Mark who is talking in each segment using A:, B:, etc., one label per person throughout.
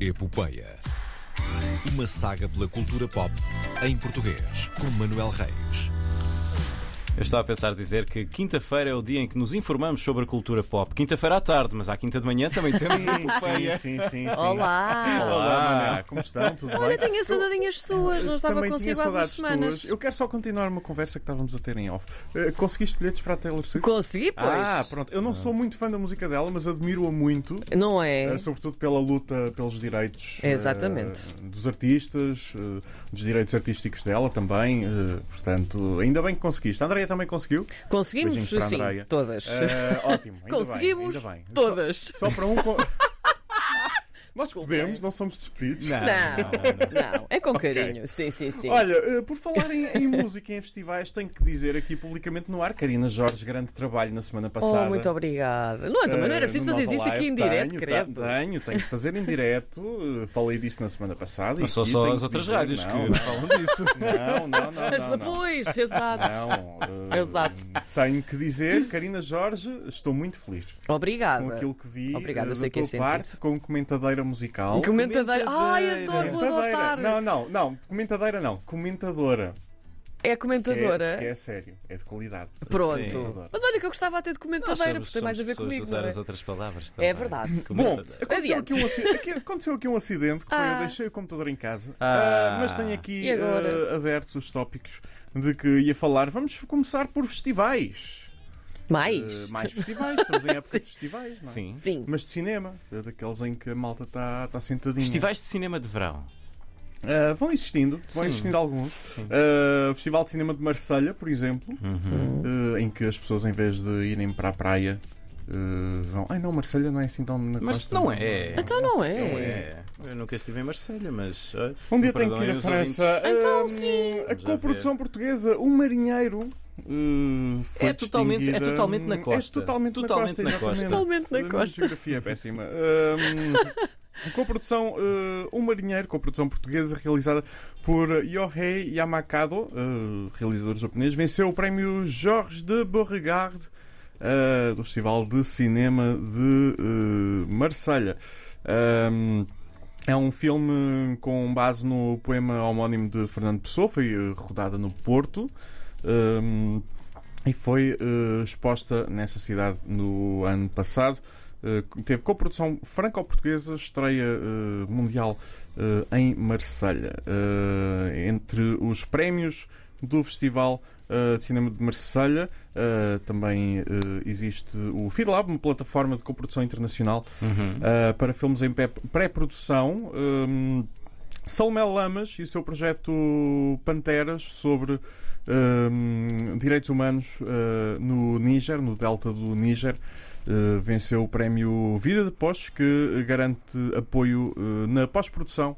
A: Epopeia. Uma saga pela cultura pop em português, com Manuel Reis.
B: Eu estava a pensar dizer que quinta-feira é o dia em que nos informamos sobre a cultura pop. Quinta-feira à tarde, mas à quinta de manhã também temos.
C: Sim, sim, sim, sim, sim.
D: Olá!
C: Olá, Maná, como estão? Tudo
D: Olha,
C: bem?
D: eu tenho saudadinhas suas, não estava
C: Também tinha
D: consigo há duas
C: saudades
D: semanas.
C: tuas. Eu quero só continuar uma conversa que estávamos a ter em off. Eh, Conseguiste bilhetes para a Taylor Swift?
D: Consegui, pois.
C: Ah, pronto. Eu não sou muito fã da música dela, mas admiro-a muito.
D: Não é?
C: eh, Sobretudo pela luta pelos direitos eh,
D: Exatamente.
C: dos artistas, eh, dos direitos artísticos dela também. eh, Portanto, ainda bem que conseguiste. A Andrea também conseguiu?
D: Conseguimos,
C: Beijinhos para a
D: sim,
C: Andreia.
D: todas.
C: Eh, ótimo. ainda bem,
D: Conseguimos
C: ainda bem. Só-
D: todas.
C: Só, para um. con- Nós
D: é.
C: podemos, não somos despedidos.
D: Não, não, é com carinho. Sim, sim, sim.
C: Olha, eh, por falar em, em música e em festivais, tenho que dizer aqui publicamente no ar, Karina Jorge, grande trabalho na semana passada.
D: oh, muito obrigada. Não, é também não era
C: Eh,
D: preciso
C: no
D: fazer
C: Nova
D: isso aqui
C: Live.
D: em direto,
C: tenho,
D: credo.
C: tá- Tenho, tenho que fazer em direto. eh, Falei disso na semana passada. e
B: Mas só
C: aqui
B: só
C: tenho
B: as
C: que
B: outras
C: dizer,
B: rádios
C: não, é?
B: que falam disso.
C: Não, não, não. não, não, não.
D: Pois, exato.
C: Não, eh,
D: Exato.
C: Tenho que dizer, Karina Jorge, estou muito feliz
D: Obrigada.
C: com aquilo que vi
D: Obrigada,
C: eh,
D: eu sei
C: da
D: que é
C: tua
D: sentido.
C: parte, com comentadeira musical.
D: Comentadeira. Ai, adoro, vou
C: Comentadeira.
D: adotar.
C: Não, não, não, comentadeira não, comentadora. Que
D: É
C: é-
D: comentadora.
C: que é sério, é de qualidade.
D: Pronto.
C: Sim.
D: Mas olha que eu gostava até de
B: Nós
D: comentadeira,
B: somos-
D: porque tem mais a
B: somos
D: ver
B: pessoas de
D: comigo.
B: usar
D: não é?
B: as outras palavras
D: É
B: também.
D: verdade.
B: Como
C: Bom,
B: verdade.
C: aconteceu
D: Adiante.
C: aqui, um acidente, aqui- aconteceu aqui um acidente que foi
D: Ah.
C: eu deixei o computador em casa,
B: Ah.
C: ah, mas tenho aqui
D: E agora?
C: ah, abertos os tópicos de que ia falar. Vamos começar por festivais.
D: Mais?
C: Ah, mais festivais, estamos em época de festivais, não é?
B: Sim.
D: Sim.
C: Mas de cinema, eh, daqueles em que a malta está tá sentadinha.
B: Festivais de cinema de verão.
C: Ah, vão existindo, vão
B: Sim.
C: existindo alguns. Ah, Festival de Cinema de Marselha, por exemplo,
B: Uhum.
C: eh, em que as pessoas, em vez de irem para a praia, eh, vão. Ai não, Marselha não é assim tão na
B: Mas
C: costa.
B: não é.
D: Então não
B: Não
D: é.
B: é. Eu nunca estive em Marselha, mas. olha,
C: Um dia tem
B: perdoem
C: que ir à
B: os
C: França.
B: ouvintes.
D: Então,
C: Hum,
D: sim.
C: A
B: Vamos lá
C: coprodução portuguesa, o marinheiro. hum, foi
B: É totalmente- é
C: distinguida,
B: totalmente na
C: hum,
B: costa.
C: É totalmente,
B: Totalmente na
C: na costa.
B: costa.
D: Totalmente na
C: A minha
D: costa.
C: geografia é péssima. Hum, coprodução hum, O Marinheiro, coprodução portuguesa realizada por Yohei Yamakado, hum, realizador japonês, venceu o prémio Jorge de Beauregard hum, do Festival de Cinema de hum, Marselha. Hum, é um filme com base no poema homónimo de Fernando Pessoa, foi eh, rodada no Porto hum, e foi eh, exposta nessa cidade no ano passado. Eh, teve coprodução franco-portuguesa, estreia eh, mundial eh, em Marselha. Eh, entre os prémios do Festival eh, de Cinema de Marselha eh, também eh, existe o FIDLAB, uma plataforma de coprodução internacional
B: Uhum.
C: Uh, para filmes em pé- pré-produção. Um, Salomé Lamas e o seu projeto Panteras sobre um, direitos humanos uh, no Níger, no delta do Níger, uh, venceu o prémio Vida de Pós, que garante apoio uh, na pós-produção,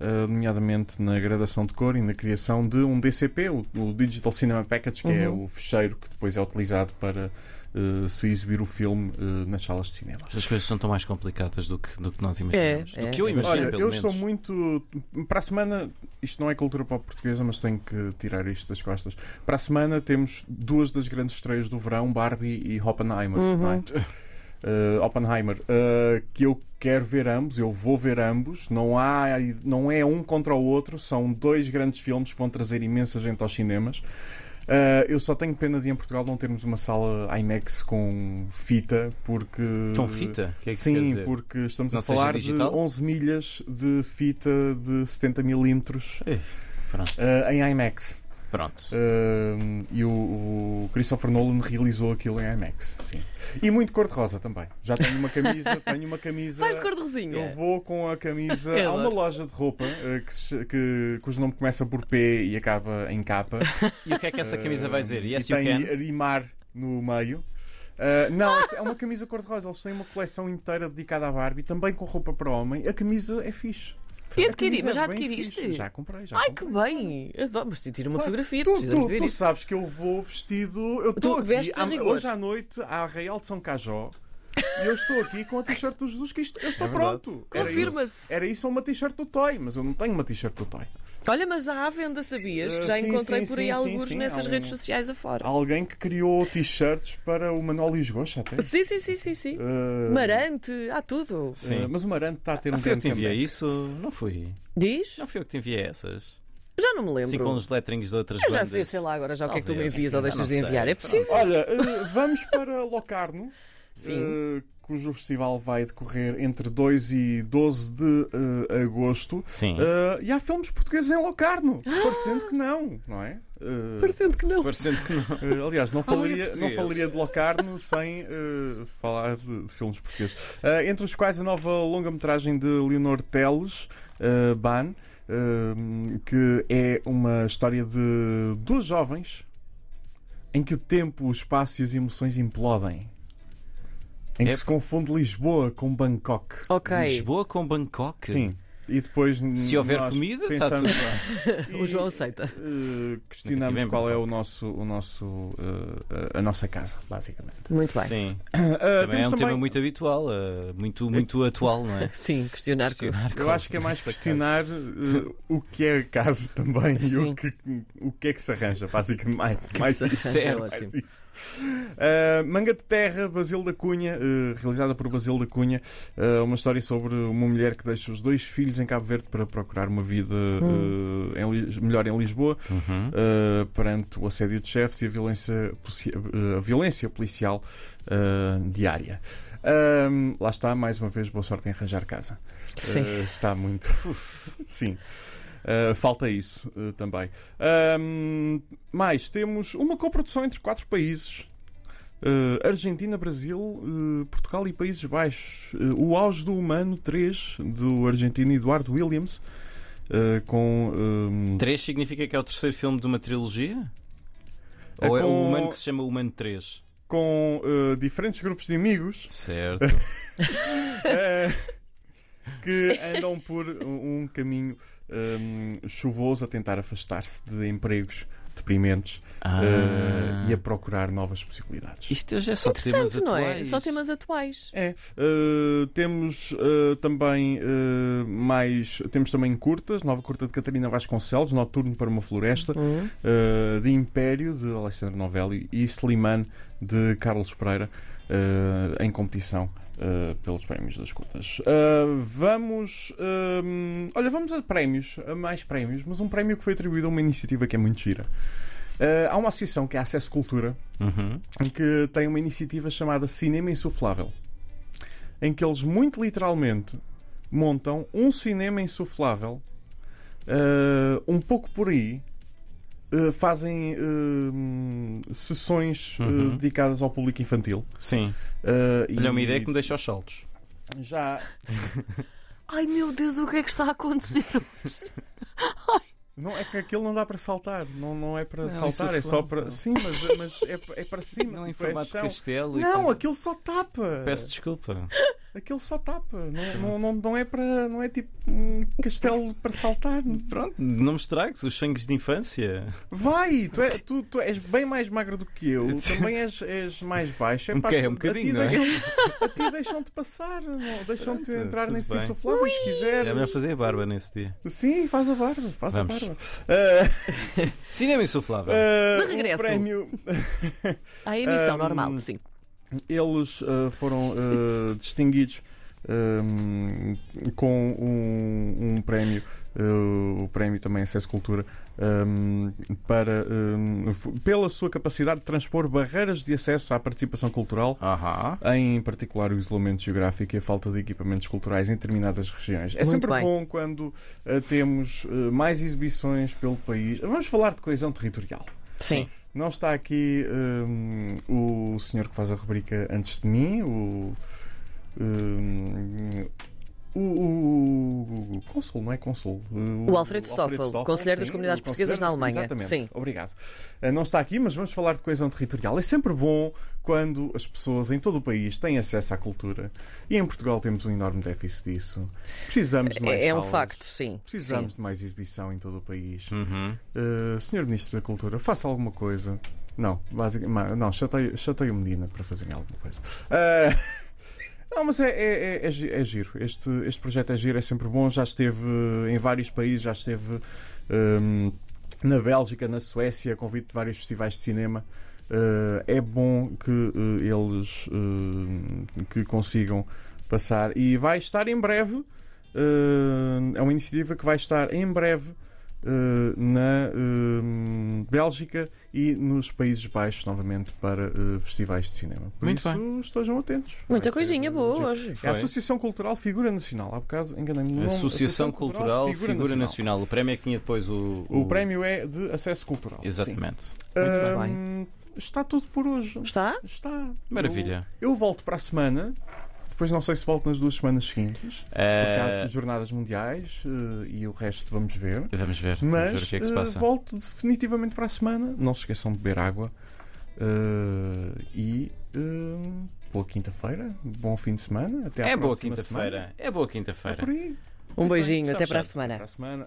C: uh, nomeadamente na gradação de cor e na criação de um DCP, o, o Digital Cinema Package, que é
D: Uhum.
C: o fecheiro que depois é utilizado para uh, se exibir o filme uh, nas salas de cinema.
B: Estas coisas são tão mais complicadas do que, do que nós imaginamos.
D: É,
B: do
D: é.
B: que eu imagino,
C: Olha,
B: pelo
C: eu
B: menos.
C: estou muito. Para a semana, isto não é cultura pop portuguesa, mas tenho que tirar isto das costas. Para a semana temos duas das grandes estreias do verão, Barbie e Oppenheimer. não é? Eh, Oppenheimer, eh, que eu quero ver ambos, eu vou ver ambos. Não há, não é um contra o outro, são dois grandes filmes que vão trazer imensa gente aos cinemas. Eh, eu só tenho pena de em Portugal não termos uma sala IMAX com fita, porque
B: Tão fita? O que é que isso quer
C: Sim,
B: dizer?
C: porque estamos
B: Não
C: a
B: seja
C: falar
B: digital?
C: de 11 milhas de fita de 70 milímetros
B: Pronto.
C: eh, em IMAX.
B: Pronto.
C: Eh, e o, o Christopher Nolan realizou aquilo em IMAX. Sim. E muito cor-de-rosa também. Já tenho uma camisa, tenho uma camisa.
D: Faz de cor de
C: Eu
D: rosinha.
C: vou com a camisa.
D: Eu
C: Há uma
D: adoro.
C: loja de roupa eh, que, se- que, cujo nome começa por P e acaba em capa.
B: E o que é que essa camisa vai dizer?
C: Eh,
B: Yes,
C: e
B: you
C: tem
B: can.
C: Arimar no meio. Eh, não, é uma camisa cor-de-rosa. Eles têm uma coleção inteira dedicada à Barbie, também com roupa para homem. A camisa é fixe.
D: E
C: A camisa
D: adquiri, mas
C: é
D: já
C: bem
D: adquiriste?
C: fixe. Já comprei, já
D: Ai, que
C: comprei.
D: bem! Adoro, mas tira uma
C: Claro.
D: fotografia,
C: Tu,
D: precisamos
C: tu-
D: ver
C: tu
D: isso.
C: sabes que eu vou vestido. Eu estou aqui
D: vestes a
C: à-
D: rigor.
C: hoje à noite à Arraial de São Cajó. E eu estou aqui com a t-shirt do Jesus Cristo. Eu estou
B: É verdade.
C: pronto. Era isso.
D: Confirma-se.
C: Era isso ou uma t-shirt do Toy, mas eu não tenho uma t-shirt do Toy.
D: Olha, mas já há venda, sabias?
C: Eh,
D: já
C: sim,
D: encontrei
C: sim,
D: por aí
C: sim, sim,
D: alguns
C: sim,
D: nessas
C: há um-
D: redes sociais afora.
C: Há alguém que criou t-shirts para o Manuel Lisgocha até.
D: Sim, sim, sim, sim, sim.
C: um- Eh,
D: Marante, há tudo.
B: Sim.
C: eh, mas o Marante está a ter um
B: Não fui eu que te
C: grande
B: enviei
C: comeback.
B: isso? Não fui.
D: Diz?
B: Não fui eu que te enviei essas.
D: Já não me
B: Assim com
D: lembro.
B: os letrinhos de outras
D: Eu já
B: bandas.
D: sei, sei lá agora já o que é que tu me
B: Talvez.
D: envias ou
B: Já não
D: deixas de
B: sei.
D: enviar. É possível?
C: Olha, eh, vamos para Locarno,
D: Sim.
C: eh, cujo festival vai decorrer entre 2 e 12 de eh, agosto.
B: Sim.
C: Eh, e há filmes portugueses em Locarno, parecendo que não, não é? Eh,
D: Parecendo que não.
B: Parecendo que não.
C: eh, aliás, não
B: Ah, é
C: falaria, não
B: português.
C: falaria de Locarno sem eh, falar de, de filmes portugueses. Eh, entre os quais a nova longa-metragem de Leonor Teles, eh, Ban, eh, que é uma história de duas jovens em que o tempo, o espaço e as emoções implodem. Em que
B: É-
C: se confunde Lisboa com Bangkok.
D: Ok.
B: Lisboa com Bangkok?
C: Sim. E depois
B: Se houver
C: nós
B: comida, tá
C: pensamos,
D: O João aceita.
C: eh,
B: Nunca tive
C: questionamos
B: em
C: qual é o nosso, o nosso, eh, a a nossa casa, basicamente.
D: Muito bem. Sim,
B: Sim.
C: Eh,
B: Também
C: temos
B: é um tema
C: também-
B: muito habitual, eh, muito, muito atual, não é?
D: questionar que.
B: Questionar
C: Eu
B: qual-
C: acho que é mais
B: essa casa.
C: questionar eh, o que é a casa também e
D: Sim.
C: o que, o que é que se arranja, basicamente. Mais, mais
D: se
C: isso.
D: arranja é
C: mais
D: ótimo.
C: isso. Eh, Manga de Terra, Basile da Cunha, eh, realizada por Basile da Cunha, eh, uma história sobre uma mulher que deixa os dois filhos em Cabo Verde para procurar uma vida eh, em Lis- melhor em Lisboa.
B: Uhum.
C: uh, perante o assédio de chefes e a violência, polici- uh, a violência policial uh, diária. Um, lá está, mais uma vez, boa sorte em arranjar casa.
D: Sim.
C: Uh, está muito. Sim. Uh, falta isso uh, também. Um, mais, temos uma coprodução entre quatro países. Uh, Argentina, Brasil, uh, Portugal e Países Baixos. Uh, o auge do humano 3, do argentino Eduardo Williams, uh, com um,
B: 3 significa que é o terceiro filme de uma trilogia?
C: É
B: Ou é
C: com-
B: o humano que se chama Humano 3?
C: com eh, diferentes grupos de amigos
B: Certo.
C: eh, que andam por um um caminho ehm, chuvoso a tentar afastar-se de empregos deprimentes
B: Ah.
C: eh, e a procurar novas possibilidades.
B: Isto hoje é só temas
D: Interessante, não é?
B: atuais.
D: Só temas atuais.
C: É. Eh, temos eh, também eh, mais temos também curtas, nova curta de Catarina Vasconcelos, Noturno para uma Floresta,
D: Hum.
C: eh, de Império de Alessandro Novelli e Slimane de Carlos Pereira eh, em competição eh, pelos prémios das curtas. Eh, vamos. eh, olha, vamos a prémios, a mais prémios, mas um prémio que foi atribuído a uma iniciativa que é muito gira. Eh, há uma associação que é a Acesso Cultura
B: Uhum.
C: em que tem uma iniciativa chamada Cinema Insuflável, em que eles muito literalmente montam um cinema insuflável, eh, um pouco por aí, eh, fazem eh, hum, sessões eh,
B: Uhum.
C: dedicadas ao público infantil.
B: Sim.
C: eh, e
B: Olha, é uma ideia que me deixa aos saltos.
C: já
D: Ai meu Deus, o que é que está a acontecer?
C: não é que aquilo não dá para saltar, não, não é para
B: Não,
C: saltar, é só
B: insuflável.
C: para sim, mas, mas é, é para cima,
B: Não em
C: tipo, é
B: formato de
C: chão.
B: castelo. e
C: Não,
B: com-
C: aquilo só tapa.
B: Peço desculpa.
C: Aquilo só tapa, não, não, não, não é para. não é tipo um castelo para saltar.
B: Pronto, não me estragues os sonhos de infância.
C: Vai! Tu, é, tu, tu és bem mais magro do que eu, também és, és mais baixo.
B: Um
C: pá,
B: bocadinho, um
C: a ti
B: bocadinho, não é?
C: deixam- A ti deixam-te passar, não- é? deixam-te
B: Pronto,
C: entrar
B: tudo
C: nesse
B: bem.
C: insuflável se
B: É
C: quiser.
B: melhor fazer a barba nesse dia.
C: Sim, faz a barba, faz a
B: Vamos.
C: barba. Ah,
B: Cinema insuflável.
C: ah,
D: De
C: o
D: regresso.
C: prémio
D: À emissão
C: Ahm,
D: normal, sim.
C: Eles ah, foram ah, distinguidos ahm, com um, um prémio, ah, o prémio também Acesso Cultura, ahm, para, ahm, f- pela sua capacidade de transpor barreiras de acesso à participação cultural.
B: Aham.
C: Em particular, o isolamento geográfico e a falta de equipamentos culturais em determinadas regiões. É
D: Muito
C: sempre
D: bem.
C: bom quando ah, temos ah, mais exibições pelo país. Vamos falar de coesão territorial.
D: Sim.
C: Não está aqui hum, o senhor que faz a rubrica antes de mim, o. hum, o, o, o Consul, não é Consul?
D: O Alfredo Stoffel, Conselheiro das
C: sim,
D: Comunidades
C: o
D: Portuguesas
C: Conselheiro
D: na
C: das-
D: Alemanha.
C: Exatamente,
D: Sim.
C: obrigado. Eh, Não está aqui, mas vamos falar de coesão territorial. É sempre bom quando as pessoas em todo o país têm acesso à cultura. E em Portugal temos um enorme déficit disso. Precisamos de mais
D: É, é um
C: salas.
D: facto, sim.
C: Precisamos
D: Sim.
C: de mais exibição em todo o país.
B: Uhum.
C: Uh, Senhor Ministro da Cultura, faça alguma coisa. Não, basicamente, não, chatei, chatei o Medina para fazerem alguma coisa. Uh, Não, mas é, é, é- é gi- é giro. Este, este projeto é giro, é sempre bom. Já esteve eh, em vários países, já esteve hum, na Bélgica, na Suécia, convido de vários festivais de cinema. Eh, é bom que eh, eles eh, que consigam passar e vai estar em breve. eh, é uma iniciativa que vai estar em breve eh, na eh, Bélgica e nos Países Baixos novamente para eh, festivais de cinema. Por
B: Muito
C: isso, estejam atentos.
D: Muita
C: Vai ser
D: coisinha
C: giro.
D: boa hoje.
C: É a
B: Foi.
C: Associação Cultural Figura Nacional. Há bocado enganei-me. no nome.
B: Associação, Cultural, Figura, Nacional. O prémio é que tinha depois o.
C: O prémio é de acesso cultural.
B: Exatamente.
C: Sim.
B: Muito
C: Ahm, Está tudo por hoje.
D: Está?
C: Está.
B: Maravilha.
C: Eu, eu volto para a semana. Depois não sei se volto nas duas semanas seguintes. Porque há
B: Eh,
C: as jornadas mundiais eh, e o resto vamos ver.
B: Vamos ver. vamos ver o
C: Mas
B: que é que se
C: eh,
B: passa.
C: volto definitivamente para a semana. Não se esqueçam de beber água. Eh, e eh, boa quinta-feira. Bom fim de semana. Até à
B: É boa
C: próxima semana.
B: quinta-feira. É boa
C: É
B: quinta-feira.
C: por aí.
D: Um beijinho,
C: Está
D: até para a
C: fechado.
D: semana.
C: Até para a semana.